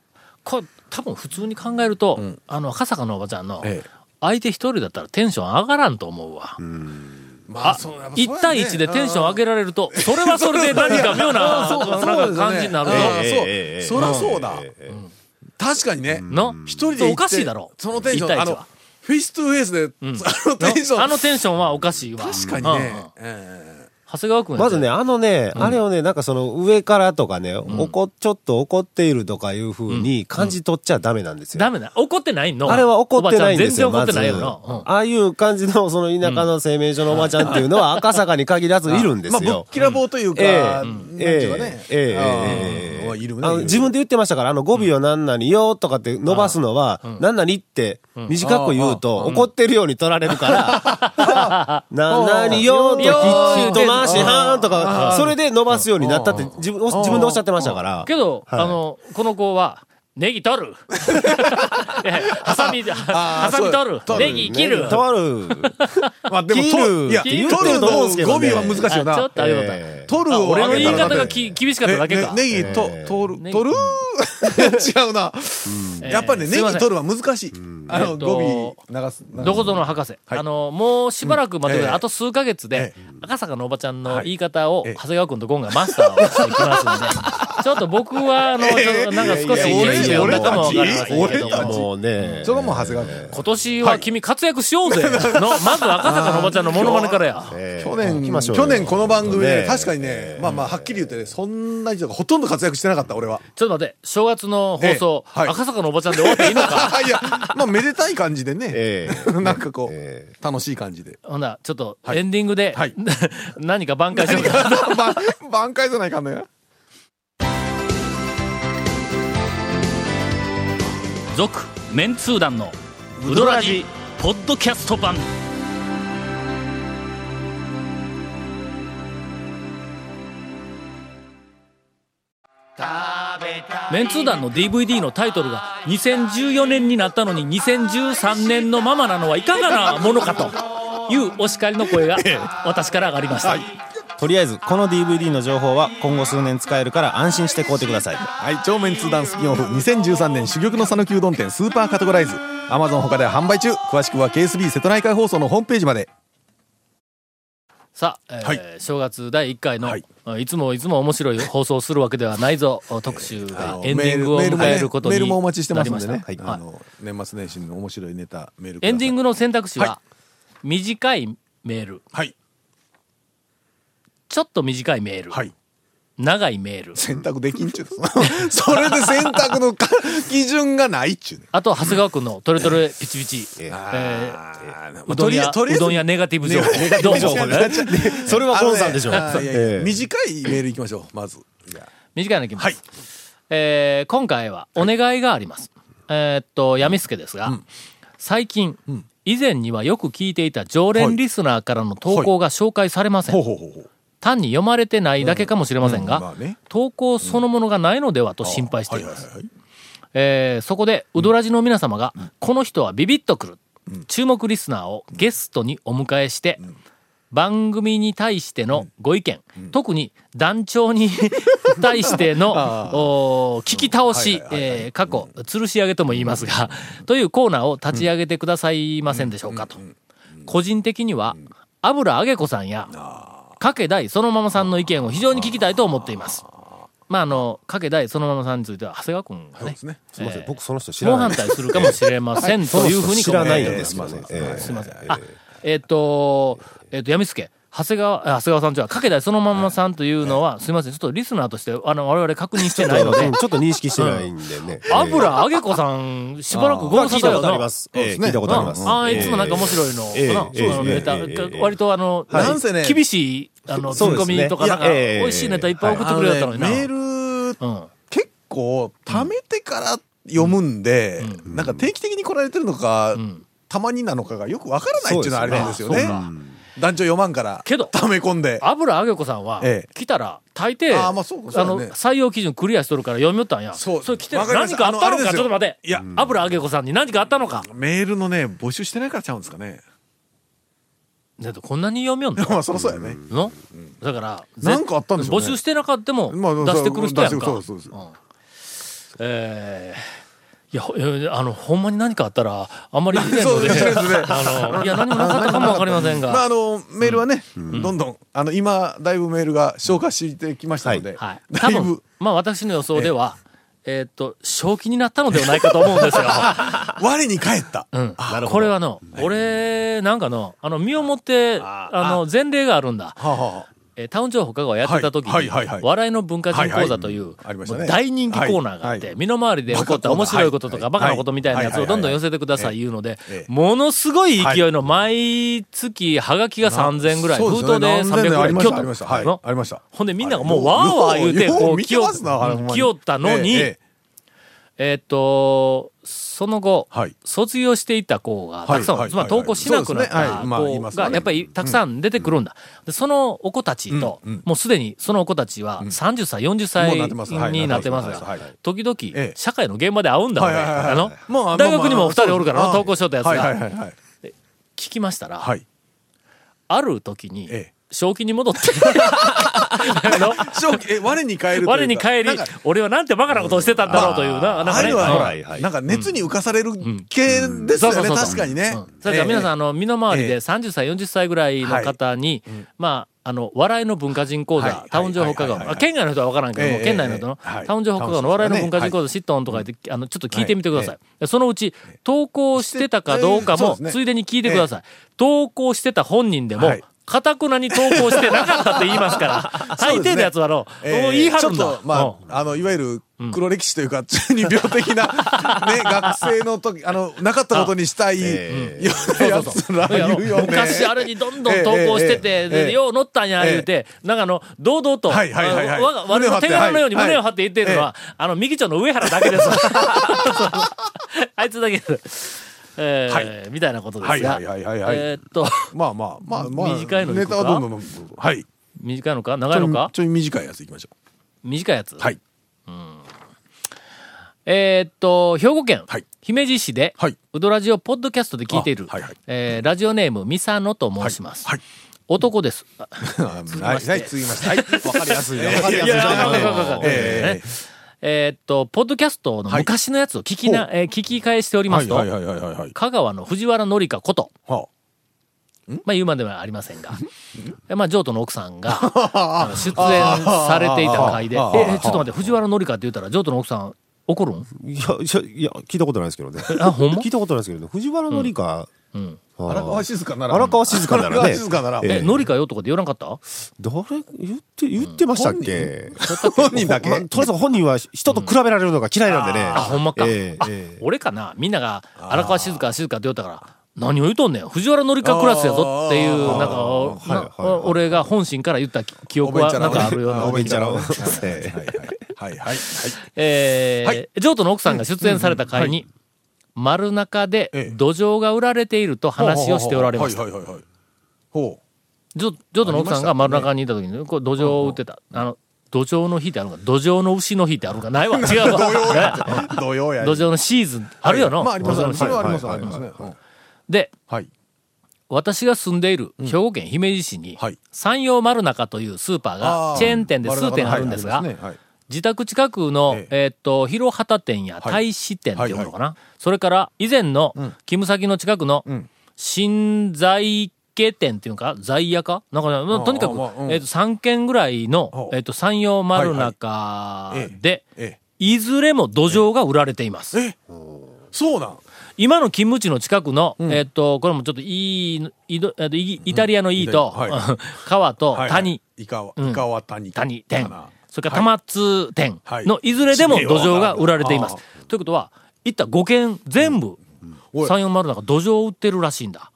Speaker 1: これ多分普通に考えると、あの、赤坂のおばちゃんの
Speaker 3: ええ、
Speaker 1: 相手一人だったらテンション上がらんと思うわ。
Speaker 3: ま
Speaker 1: あ一対一でテンション上げられると、それはそれで何か妙ななんか感じになるぞ。
Speaker 3: あ
Speaker 4: えー
Speaker 3: そう
Speaker 4: えー
Speaker 3: そりゃそうだ、確かにね
Speaker 1: の
Speaker 3: 一人で
Speaker 1: そ
Speaker 3: 行
Speaker 1: う
Speaker 3: って
Speaker 1: おかしいだろ
Speaker 3: そのテンショ
Speaker 1: 一対一
Speaker 3: ンあ
Speaker 1: は
Speaker 3: のフェイストゥフェイスで、あのテンション
Speaker 1: あのテンションはおかしいわ。
Speaker 3: 確かにね、え
Speaker 1: 長谷川君や
Speaker 4: ま
Speaker 1: で
Speaker 4: ずね、あのね、あれをね、なんかその上からとかね、おこ、ちょっと怒っているとかいうふうに感じ取っちゃダメなんですよ。
Speaker 1: ダメだ。怒ってないの
Speaker 4: あれは怒ってないんですよ。
Speaker 1: おばあちゃん全然
Speaker 4: まず
Speaker 1: 怒ってないよな。
Speaker 4: ああいう感じの、その田舎の生命所のおばちゃんっていうのは赤坂に限らずいるんで
Speaker 3: えまあ
Speaker 4: す
Speaker 3: ぶっ
Speaker 4: よ。
Speaker 3: きらぼうというか、
Speaker 4: ええ
Speaker 3: なんていうかね
Speaker 4: ええええええ
Speaker 3: ああいるね
Speaker 4: あの自分で言ってましたから、あの語尾を何々よとかって伸ばすのは、何々って短く言うと怒ってるように取られ
Speaker 3: (laughs)
Speaker 4: るから、何々よときっちりと回しはーんとか、それで伸ばすようになったって自分自分でおっしゃってましたから。
Speaker 1: けど、
Speaker 4: はい
Speaker 1: あの、この子は、ネギ
Speaker 3: (laughs)
Speaker 1: 取るいやハサミ、ハ
Speaker 3: あー
Speaker 1: サミ取る
Speaker 3: そう
Speaker 1: ネギ切る
Speaker 4: 取る。
Speaker 3: (laughs) まあでも
Speaker 4: 切
Speaker 3: と
Speaker 4: る
Speaker 3: いや
Speaker 4: って
Speaker 3: 取
Speaker 1: 言
Speaker 3: る
Speaker 1: うと
Speaker 3: の
Speaker 4: 思うんですけ
Speaker 3: 語
Speaker 4: ど
Speaker 3: 尾
Speaker 4: ね
Speaker 3: は難しいよ
Speaker 1: あちょ
Speaker 3: な
Speaker 1: っとあれだった
Speaker 4: えー
Speaker 3: 取る
Speaker 1: あ
Speaker 3: を
Speaker 1: 俺の
Speaker 3: 上
Speaker 1: 言
Speaker 3: げ
Speaker 1: い
Speaker 3: たら
Speaker 1: 方
Speaker 3: だ
Speaker 1: が
Speaker 3: って
Speaker 1: き厳しかっただけか。
Speaker 3: ねネギと
Speaker 4: ええ
Speaker 3: 取る
Speaker 1: ネギ
Speaker 3: 取る違うな、
Speaker 1: えー
Speaker 3: やっぱりね
Speaker 1: す
Speaker 3: ネ
Speaker 1: い
Speaker 3: ギ
Speaker 1: ません
Speaker 3: 取るは難しい、あ
Speaker 1: え
Speaker 3: の
Speaker 1: っと
Speaker 3: 語尾流す
Speaker 1: どこぞの博士、あの、もうしばらく待ってください。
Speaker 3: うんええ
Speaker 1: あと数ヶ月で、赤坂のおばちゃんの言い方を、
Speaker 3: ええ
Speaker 1: 長谷川君とゴンがマスターをしてきますん
Speaker 3: (laughs)
Speaker 1: で、ちょっと僕は、あの、ちょっとなんか少し、
Speaker 3: いやいや
Speaker 1: ええ
Speaker 3: いや俺
Speaker 1: 呼んだかもわかりませんけ
Speaker 3: 俺
Speaker 1: ど
Speaker 4: いや
Speaker 1: も。
Speaker 4: もうね。
Speaker 3: それがもう長谷川君、
Speaker 1: 今年は君活躍しよ
Speaker 3: (laughs)
Speaker 1: うぜの、まず赤坂のおばちゃんのモノマネからや。
Speaker 4: えー
Speaker 3: 去年、
Speaker 4: 行きましょうよ
Speaker 3: 去年この番組で、
Speaker 4: ね
Speaker 3: 確かにね、まあまあ、はっきり言ってね、そんな人がほとんど活躍してなかった、俺は。
Speaker 1: ちょっと待って、正月の放送、
Speaker 3: ええはい
Speaker 1: 赤坂のおばちゃんで終わっていいの
Speaker 3: (laughs)
Speaker 1: か
Speaker 3: いや、まあ、めでたい感じでね、
Speaker 4: え
Speaker 3: (laughs) なんかこ
Speaker 4: え
Speaker 3: う、楽しい感じで。
Speaker 1: ほんならちょっとエンディングで、
Speaker 3: はい
Speaker 1: (laughs) 何か挽回しようか。
Speaker 3: (laughs) ば挽回じゃないかんのや。
Speaker 1: 続、メンツー団の、ウドラジ、ポッドキャスト版。メンツー団の DVD のタイトルが2014年になったのに2013年のままなのはいかがなものかというお叱りの声が私から上がりました。
Speaker 4: とりあえずこの DVD の情報は今後数年使えるから安心して買うてください
Speaker 3: はい、超メンツーダンスピンオフ、2013年珠玉の讃岐うどん店スーパーカテゴライズ。アマゾン他では販売中。詳しくは KSB 瀬戸内海放送のホームページまで。
Speaker 1: さあ、えー
Speaker 3: はい
Speaker 1: 正月第1回の、
Speaker 3: はいい、
Speaker 1: つもいつも面白い放送をするわけではない
Speaker 3: (laughs)
Speaker 1: ぞ特集
Speaker 3: あ
Speaker 1: が
Speaker 3: の
Speaker 1: エンディングを
Speaker 3: メー
Speaker 1: 迎
Speaker 3: ルメールもね
Speaker 1: えることにな
Speaker 3: メー
Speaker 1: り
Speaker 3: ルもお待ちしてますん
Speaker 1: ま
Speaker 3: で
Speaker 1: した
Speaker 3: ね。
Speaker 1: は
Speaker 3: あ
Speaker 1: い
Speaker 3: の、年末年始の面白いネタ、メールください
Speaker 1: エンディングの選択肢は、
Speaker 3: は
Speaker 1: 短いメール
Speaker 3: はい。
Speaker 1: ちょっと短いメール、
Speaker 3: はい。
Speaker 1: 長いメール
Speaker 3: 選択できんちゅう (laughs) のそれで選択のか基準がないっちゅうね。
Speaker 1: あと長谷川君のトレトレピチピ
Speaker 3: (laughs)
Speaker 1: チ、えー
Speaker 3: あー
Speaker 1: うどん屋
Speaker 3: とりあえ
Speaker 1: う
Speaker 3: ず
Speaker 1: どん屋ネガティブ情報どうも
Speaker 4: それはゴンさんでしょ、
Speaker 3: あのねあーいやいや
Speaker 4: ええ
Speaker 3: 短いメールいきましょう、まず。いや
Speaker 1: 短いのいきます、
Speaker 3: はい
Speaker 1: えー今回はお願いがあります、えーっとやみすけですが、最近、以前にはよく聞いていた常連リスナーからの投稿が紹介されません、
Speaker 3: ほうほうほうほう。
Speaker 1: 単に読まれてないだけかもしれませんが、
Speaker 3: うんうんまあね
Speaker 1: 投稿そのものがないのではと心配しています、
Speaker 3: はいはいはい
Speaker 1: えーそこでうどらじの皆様が、この人はビビッとくる、注目リスナーをゲストにお迎えして、番組に対してのご意見、特に団長に (laughs) 対してのおー聞き倒し、えー過去、吊るし上げとも言いますが、というコーナーを立ち上げてくださいませんでしょうかと。個人的には、油揚げ子さんや、かけ大そのままさんの意見を非常に聞きたいと思っています。まあ、あの、かけ大そのままさんについては、長谷川君が
Speaker 3: そう
Speaker 1: ね
Speaker 3: で、すね。
Speaker 4: すいません僕その人知
Speaker 1: 猛
Speaker 4: らない
Speaker 1: 反対するかもしれませんというふうに
Speaker 4: 知らない
Speaker 1: 考えて
Speaker 4: ん
Speaker 1: おり
Speaker 4: で
Speaker 1: ます
Speaker 4: すよね、ええ
Speaker 1: すいません。あ、えっ、と、えっ、と、やみすけ。長谷川、あ長谷川さんじゃあ、かけだいそのまんまさんというのは、すいません。ちょっとリスナーとして、あの、我々確認してない
Speaker 4: (laughs)
Speaker 1: ので
Speaker 4: うん、ちょっと認識してないんでね、ええ
Speaker 1: 油揚げ子さん、しばらくご
Speaker 4: まあ
Speaker 1: 無沙
Speaker 4: 聞い
Speaker 1: 汰
Speaker 4: た
Speaker 1: よ
Speaker 4: ことあり
Speaker 1: な
Speaker 4: ま。す、ええ
Speaker 3: そうですね
Speaker 4: 聞いたことあります、
Speaker 1: ああ、いつもなんか面白いの
Speaker 4: ええ
Speaker 1: かな。
Speaker 4: ええ
Speaker 1: そうなのネタ
Speaker 4: ええええ
Speaker 1: 割とあの、
Speaker 3: はいなんせね
Speaker 1: 厳しい、あの、ツ
Speaker 4: そう
Speaker 1: ッ
Speaker 4: で
Speaker 1: コ
Speaker 4: すね
Speaker 1: ミとか、なんか、
Speaker 4: いやええ
Speaker 1: 美味しいネタいっぱい送ってくれよったのにな。
Speaker 3: あのねメール、
Speaker 1: うん。
Speaker 3: 結構、貯めてから読むんで、なんか定期的に来られてるのか、たまになのかがよくわからないっていうのはあれなんですよね。
Speaker 1: そうか
Speaker 3: 団長読まんから、
Speaker 1: けど
Speaker 3: 溜め込んで。
Speaker 1: 油揚げ子さんは
Speaker 3: ええ、
Speaker 1: 来たら、大抵、
Speaker 3: ああまあそうかそうだ
Speaker 1: あ
Speaker 3: ね
Speaker 1: の、採用基準クリアしとるから読みよったんや。
Speaker 3: そう
Speaker 1: それ来てる
Speaker 3: わかりま
Speaker 1: 何
Speaker 3: した
Speaker 1: かあった
Speaker 3: あの
Speaker 1: の
Speaker 3: あれで
Speaker 1: か、
Speaker 3: す
Speaker 1: ち
Speaker 3: よ
Speaker 1: ょっと待て。
Speaker 3: いや
Speaker 1: 油揚げ子さんに何かあったのか。
Speaker 3: メールのね、募集してないからちゃうんですかね。 (laughs)
Speaker 1: だってこんなに読みよんの
Speaker 3: まあ、そりゃそうやね。
Speaker 1: のだから、
Speaker 3: なんかあったんでしょ
Speaker 1: 募
Speaker 3: うね
Speaker 1: 集してなかったも
Speaker 3: まあ
Speaker 1: 出してくる人やんか。
Speaker 3: そうそうそう
Speaker 1: うんえーいやほえーあのほんまに何かあったらあんまり言えないので
Speaker 3: (laughs) そうですね
Speaker 1: (laughs) あのいや何もなかったかもわかりませんが、
Speaker 3: まあ、あのメールはね、どんどんあの今だいぶメールが消化してきましたので、
Speaker 1: はい、多
Speaker 3: だいぶ
Speaker 1: 分まあ私の予想では、ええーっと、正気になったのではないかと思うんです
Speaker 3: (laughs)
Speaker 1: よ。
Speaker 3: 我に返った。
Speaker 1: うん。これはの、俺、なんかの、あの、身をもって、あの、前例があるんだ。
Speaker 3: はあはあ
Speaker 1: えータウン情報課がやってた時に、
Speaker 3: はいはいはいはい
Speaker 1: 笑いの文化人講座という、
Speaker 3: はいはいありましたね
Speaker 1: もう大人気コーナーがあって、
Speaker 3: はい
Speaker 1: 身の回りで起こった
Speaker 3: バカコーナー
Speaker 1: 面白いことと
Speaker 3: は
Speaker 1: か、
Speaker 3: い
Speaker 1: バカなことみたいなやつ
Speaker 3: は
Speaker 1: を
Speaker 3: い
Speaker 1: どんどん寄せてください言うので
Speaker 3: ええ、
Speaker 1: ものすごい勢いの毎月、はがきが3000ぐらい、
Speaker 3: そう
Speaker 1: 封
Speaker 3: です
Speaker 1: 筒
Speaker 3: よね
Speaker 1: で300ぐ
Speaker 3: 何千年あ
Speaker 1: らい、
Speaker 3: りま
Speaker 1: 京
Speaker 3: し
Speaker 1: 都
Speaker 3: たありました。はい
Speaker 1: の
Speaker 3: ありました。
Speaker 1: ほんでみんながもうわーわー言うて、
Speaker 3: よう
Speaker 1: こ
Speaker 3: よ
Speaker 1: う、
Speaker 3: う見てますなほんまに
Speaker 1: 来よったのに、
Speaker 3: えええ
Speaker 1: えーっと、その後、
Speaker 3: はい
Speaker 1: 卒業していった子がたくさん、
Speaker 3: はいはい
Speaker 1: つまり登校しなくなっ
Speaker 3: そうですね
Speaker 1: た
Speaker 3: はいまあ言い
Speaker 1: 子
Speaker 3: ますよ
Speaker 1: が
Speaker 3: ね
Speaker 1: やっぱりたくさん出てくるんだ。でそのお子たちと、
Speaker 3: うんうん
Speaker 1: もうすでにそのお子たちは30歳、40歳
Speaker 3: もうなってますはい
Speaker 1: になってます
Speaker 3: なってま
Speaker 1: が
Speaker 3: すはい、
Speaker 1: 時々
Speaker 3: ええ、
Speaker 1: 社会の現場で会うんだ、俺。
Speaker 3: はいはいはいはい
Speaker 1: あの
Speaker 3: まあまあまあ
Speaker 1: 大学にもお二人おるからな
Speaker 3: そう
Speaker 1: 登校しとったやつ
Speaker 3: はいはいは
Speaker 1: が、
Speaker 3: いはい。
Speaker 1: 聞きましたら、
Speaker 3: はい。
Speaker 1: ある時に
Speaker 3: ええ、
Speaker 1: 正気に戻
Speaker 3: (laughs)
Speaker 1: って、あの
Speaker 3: 正気え我に返るというか。
Speaker 1: 我に返り
Speaker 3: なんか、
Speaker 1: 俺はなんてバカなことをしてたんだろうというな、なん
Speaker 3: あ
Speaker 1: か
Speaker 3: あい
Speaker 1: ね
Speaker 3: うのは
Speaker 1: うん
Speaker 3: ほら、
Speaker 4: はいはい
Speaker 3: なんか熱に浮かされる系です
Speaker 1: そうそ
Speaker 3: よ
Speaker 1: う
Speaker 3: ね、
Speaker 1: そうそう
Speaker 3: 確かにね。
Speaker 1: うんそれから皆さん、あ
Speaker 3: ん、
Speaker 1: の、身の回り
Speaker 3: え
Speaker 1: で
Speaker 3: え
Speaker 1: 30歳、40歳ぐらいの方に、まあ、あの、笑いの文化人講
Speaker 3: はいは
Speaker 1: 座
Speaker 3: い、
Speaker 1: タウン情報課
Speaker 3: はいはい
Speaker 1: が、
Speaker 3: はい
Speaker 1: あ県外の人は分からんけど
Speaker 3: え
Speaker 1: も、
Speaker 3: え
Speaker 1: 県内の人の
Speaker 3: ええはい、
Speaker 1: タウン情報課がの笑いの文化人講
Speaker 3: は
Speaker 1: 座、シットンとか言って、あの、ちょっと聞いてみてください。そのうち、投稿してたかどうか
Speaker 3: そう
Speaker 1: も、
Speaker 3: ですね
Speaker 1: ついでに聞いてください。投稿してた本人でも
Speaker 3: はい、
Speaker 1: かたくなに投稿してなかったって言います
Speaker 3: (laughs)
Speaker 1: から、最低のやつはの、もう
Speaker 3: えー
Speaker 1: 言い張るん
Speaker 3: ちょ
Speaker 1: だ
Speaker 3: っと、。ま
Speaker 1: うん
Speaker 3: あ、あの、いわゆる黒歴史というか、中二病的な、ね、学生の
Speaker 1: (laughs)
Speaker 3: 時、あの、なかったことにしたいようなやつら
Speaker 1: いやあ
Speaker 3: い
Speaker 1: の
Speaker 3: るよね。
Speaker 1: 昔あれにどんどん投稿して
Speaker 3: えええ
Speaker 1: て、
Speaker 3: えええ
Speaker 1: でよう乗ったんや、
Speaker 3: ええ
Speaker 1: 言うて、なんかあの、堂々と、あ
Speaker 3: はいはいはいはい
Speaker 1: の我が我々の手柄のように胸を張って言ってるのは、あの、右町の上原だけ
Speaker 3: (laughs)
Speaker 1: です。 (laughs) あいつだけです。えーみたいなことですが。
Speaker 3: はいはいはいはいはい
Speaker 1: えーっと、
Speaker 3: まあまあ、まあまあ、
Speaker 1: 短いのい
Speaker 3: ネ
Speaker 1: くか
Speaker 3: タはどんどんどんどん。はい。
Speaker 1: 短いのか
Speaker 3: ち
Speaker 1: 長い
Speaker 3: ょ
Speaker 1: の
Speaker 3: い
Speaker 1: か
Speaker 3: ちょい短いやついきましょ
Speaker 1: 短いやつ。
Speaker 3: う。はい。
Speaker 1: えーっと、兵庫県、
Speaker 3: はい
Speaker 1: 姫路市で、
Speaker 3: はい
Speaker 1: ウドラジオポッドキャストで聞いている、
Speaker 3: あはいはい
Speaker 1: えーラジオネーム、ミサノと申します。
Speaker 3: はい。
Speaker 1: 男です。
Speaker 3: はい、はい、次まして。はい。わかりやすいね。わか
Speaker 4: い
Speaker 3: り
Speaker 4: や
Speaker 3: や
Speaker 4: い
Speaker 3: すい
Speaker 4: や
Speaker 1: あかんあかんあかんあかん
Speaker 3: ええ
Speaker 1: えーっと、ポッドキャストの昔のやつを聞きな、えー聞き返しておりま
Speaker 3: は
Speaker 1: す
Speaker 3: い
Speaker 1: と、
Speaker 3: はいはいはいはいはい。
Speaker 1: 香川の藤原紀香こと、
Speaker 3: は
Speaker 1: まあ言うまではありませ (laughs) んが、まあ、譲渡の奥さんがあの出演されていた回で、え
Speaker 3: あーあー
Speaker 1: えちょっと待って、藤原紀香って言ったら譲渡の奥さん怒るん
Speaker 4: いや、いやいや聞いたことないですけどね。
Speaker 1: あほんま
Speaker 4: 聞いたことないですけどね。藤原紀香。
Speaker 1: ん
Speaker 4: あー
Speaker 3: 荒川静かなら。
Speaker 4: 荒川静香ならね
Speaker 3: 荒川静かなら。
Speaker 1: え、紀香よとかで言わなかった
Speaker 4: 誰言って、言ってましたっけ (laughs)
Speaker 3: 本人だけ
Speaker 4: まあとりあえず本人は人と比べられるのが嫌いなんでね。
Speaker 1: あ、ほんまか。
Speaker 4: ええ
Speaker 1: あ
Speaker 4: ええ
Speaker 1: 俺かなみんなが、荒川静香、静香って言ったから、何を言うとんねん藤原紀香クラスやぞっていう、なんか、
Speaker 4: ーはいはい
Speaker 1: な
Speaker 4: はい
Speaker 1: 俺が本心から言った記
Speaker 3: お
Speaker 1: 憶
Speaker 3: べん
Speaker 1: は
Speaker 3: ちゃ
Speaker 1: な
Speaker 3: ら
Speaker 1: んかあるような
Speaker 4: お
Speaker 1: 気
Speaker 4: べん
Speaker 1: が
Speaker 4: ちゃらを。ええ
Speaker 3: はいはいはい。
Speaker 1: えー譲渡の奥さんが出演された回に、丸中で
Speaker 3: ええ
Speaker 1: 土壌が売られていると話をしておられました。
Speaker 3: はいはいはいはい。ほ
Speaker 1: 譲譲渡の奥さんが丸中にいた時に、こう土壌を売ってた。あの、土壌の日ってあるのか土壌の牛の日ってあるのか
Speaker 3: (laughs)
Speaker 1: ないわ。違うわ。ね
Speaker 3: う。土曜や。
Speaker 1: 土壌のシーズン、あるよの、
Speaker 3: まああります
Speaker 1: 土壌
Speaker 3: ね。
Speaker 1: のシ
Speaker 3: そ
Speaker 1: ー
Speaker 3: れ
Speaker 1: ズン
Speaker 3: はありますありますね。うん
Speaker 1: で、
Speaker 3: はい。
Speaker 1: 私が住んでいる兵庫県姫路市に、
Speaker 3: はい
Speaker 1: 山陽丸中というスーパーが
Speaker 3: あ
Speaker 1: チェーン店で数店あるんですが、
Speaker 3: はいありますねはい
Speaker 1: 自宅近くの、え
Speaker 3: え
Speaker 1: ーっと、広畑店や
Speaker 3: はい
Speaker 1: 大使店っていうのかな、それから、以前の、勤務先の近くの、
Speaker 3: ん
Speaker 1: 新在家店っていうか、在屋かなんかね、まあ
Speaker 3: あ
Speaker 1: とにかく、
Speaker 3: まあうん
Speaker 1: えーっと、3軒ぐらいの
Speaker 3: ほ、う
Speaker 1: えーっと、山陽丸中
Speaker 3: はいはいえ
Speaker 1: で、
Speaker 3: え
Speaker 1: いずれも土壌が売られています。
Speaker 3: え。えそうなん。
Speaker 1: 今の勤務地の近くの、えっと、これもちょっといい、いどえっとイギイタリアのいいと、
Speaker 3: うんイタリアは
Speaker 1: (laughs) 川と
Speaker 3: はいはい
Speaker 1: 谷、。
Speaker 3: イカワ、
Speaker 1: うん
Speaker 3: イカワ谷。
Speaker 1: 谷店
Speaker 3: かな、
Speaker 1: それから玉津店
Speaker 3: はい
Speaker 1: のいずれでも土壌が売られています
Speaker 3: 地名は分からんけ。
Speaker 1: ということは、いった5軒全部、
Speaker 3: おい
Speaker 1: 三四丸なんか土壌を売ってるらしいんだ。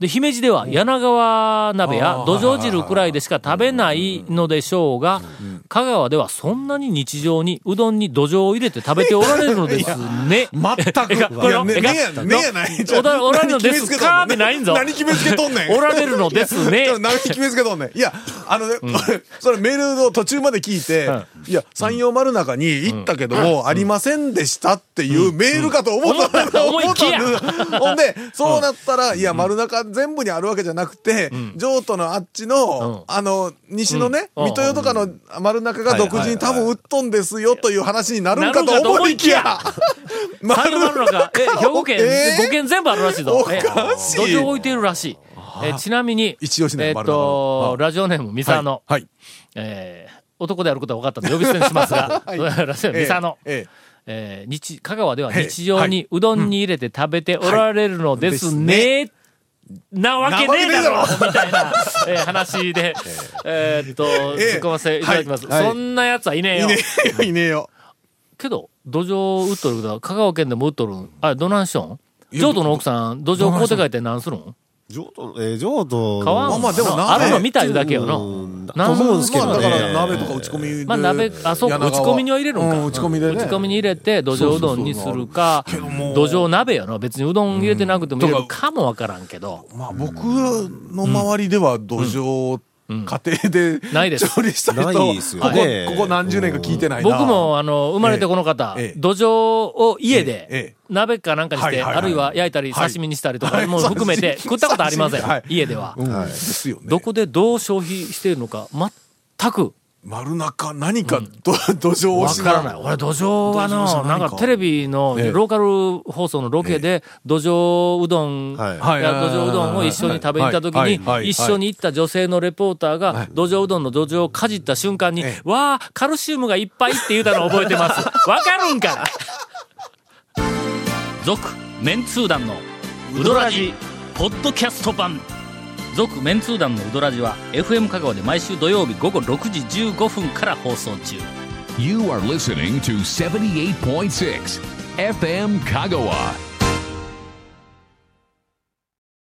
Speaker 1: で、姫路では柳川鍋や土壌汁くらいでしか食べないのでしょうが、香川ではそんなに日常にうどんに土壌を入れて食べておられるのですね。
Speaker 3: (laughs) 全く。
Speaker 1: えか、(laughs)
Speaker 3: い
Speaker 1: これ
Speaker 3: や
Speaker 1: よ、
Speaker 3: ね
Speaker 1: えか
Speaker 3: ねや、ねやない。
Speaker 1: おらおられるのですかってないんぞ。
Speaker 3: 何決めつけとん
Speaker 1: (laughs)
Speaker 3: ねん。
Speaker 1: おられるのですね
Speaker 3: いやちょっと何決めつけとんねん。いや、あのね、 (laughs) それメールの途中まで聞いて、いや、山陽丸中に行ったけども、ありませんでしたっていうメールかと思ったんだ
Speaker 1: うん思いきや
Speaker 3: 思ったんだほんで、そうなったら、いや、丸中全部にあるわけじゃなくて、譲渡のあっち
Speaker 1: うん
Speaker 3: の、あの、西のね、
Speaker 1: うん
Speaker 3: 水戸代とかの丸中が独自に多分売っとんですよという話になるんかと思いきや、 (laughs)
Speaker 1: 三の丸の中、え、兵庫県、
Speaker 3: えー
Speaker 1: 5県全部あるらしいぞ。
Speaker 3: おかしい
Speaker 1: え土壌置いているらしい。えちなみに、
Speaker 3: 一押しね
Speaker 1: えっ
Speaker 3: 丸中
Speaker 1: と、
Speaker 3: の
Speaker 1: ラジオネーム、ミサの、
Speaker 3: はい。 (laughs)
Speaker 1: (laughs) えー男であることは分かったんで呼び捨てにしますが、ラジオネーム、ミサの、
Speaker 3: ええええ
Speaker 1: えー日、香川では日常にうどんに入れて食べておられるのですね。なわけねえだろみたいな、えー話で、えーっと、
Speaker 3: (laughs) え
Speaker 1: 突っ込ませていただきます。
Speaker 3: はい
Speaker 1: そんなやつはいねえ
Speaker 3: い
Speaker 1: よ。
Speaker 3: ねえよ、いねえよ。
Speaker 1: けど、土壌売っとるけど、香川県でも売っとるん。あ、どなんしょん
Speaker 3: や
Speaker 1: 譲渡の奥さん、土壌買うて帰って何するん
Speaker 4: 譲渡、えー、譲渡の。
Speaker 1: 買わん
Speaker 3: まあまあでも
Speaker 1: なあ
Speaker 3: 鍋
Speaker 1: るの見たいうだけよな。
Speaker 4: うんだ
Speaker 1: なん
Speaker 4: と思うんですけ
Speaker 3: ま
Speaker 4: ど
Speaker 3: あ、だ
Speaker 4: ね。
Speaker 3: から鍋とか打ち込みで。
Speaker 1: まあ鍋、あ、そうか、
Speaker 3: 柳
Speaker 1: 打ち
Speaker 3: 川
Speaker 1: 込みには入れるん
Speaker 3: う
Speaker 1: か。
Speaker 3: 打ち込みでね。
Speaker 1: 打ち込みに入れて、土壌うどんにするか、土
Speaker 3: も
Speaker 1: 壌鍋やな。別にうどん入れてなくても入れるかもわからんけど。
Speaker 3: まあ僕の周りでは土壌、家庭で
Speaker 1: ないです
Speaker 3: 調理した人、
Speaker 4: ないですよ
Speaker 3: ここ
Speaker 4: ね
Speaker 3: ここ何十年か聞いてないな。
Speaker 1: 僕も、あの、生まれてこの方
Speaker 3: ええええ、
Speaker 1: 土壌を家
Speaker 3: えええ
Speaker 1: で
Speaker 3: え、
Speaker 1: 鍋かなんかにし
Speaker 3: はい
Speaker 1: て、
Speaker 3: はいはい
Speaker 1: あるいは焼いたり刺身にしたりと
Speaker 3: は
Speaker 1: か、
Speaker 3: い
Speaker 1: もう含めて、
Speaker 3: (laughs) 刺身
Speaker 1: 食ったことありません
Speaker 3: はい。
Speaker 1: 家では
Speaker 3: う。んですよね。
Speaker 1: どこでどう消費しているのか、全く。
Speaker 3: 丸中何かど、土壌を
Speaker 1: わ
Speaker 3: し
Speaker 1: からない。俺、土壌は
Speaker 3: 土壌じ
Speaker 1: の、
Speaker 3: ゃな
Speaker 1: ないん
Speaker 3: か
Speaker 1: かテレビの
Speaker 3: ええ
Speaker 1: ローカル放送のロケで、土壌うどん、
Speaker 4: は
Speaker 1: い
Speaker 4: い
Speaker 1: や土壌うどんを一緒に食べに行った時
Speaker 3: はいはいはいは
Speaker 1: に、
Speaker 3: い
Speaker 1: 一緒に行った女性のレポーターが、土壌うどんの土壌をかじった瞬間に、わあ、カルシウムがいっぱいって言うたのを覚えて
Speaker 3: (laughs)
Speaker 1: ます。わかるんか続、メンツー団の、ウドラジ、ポッドキャスト版。続メンツー団のウドラジは FM 香川で毎週土曜日午後6時15分から放送中
Speaker 2: You are listening to 78.6 FM Kagawa.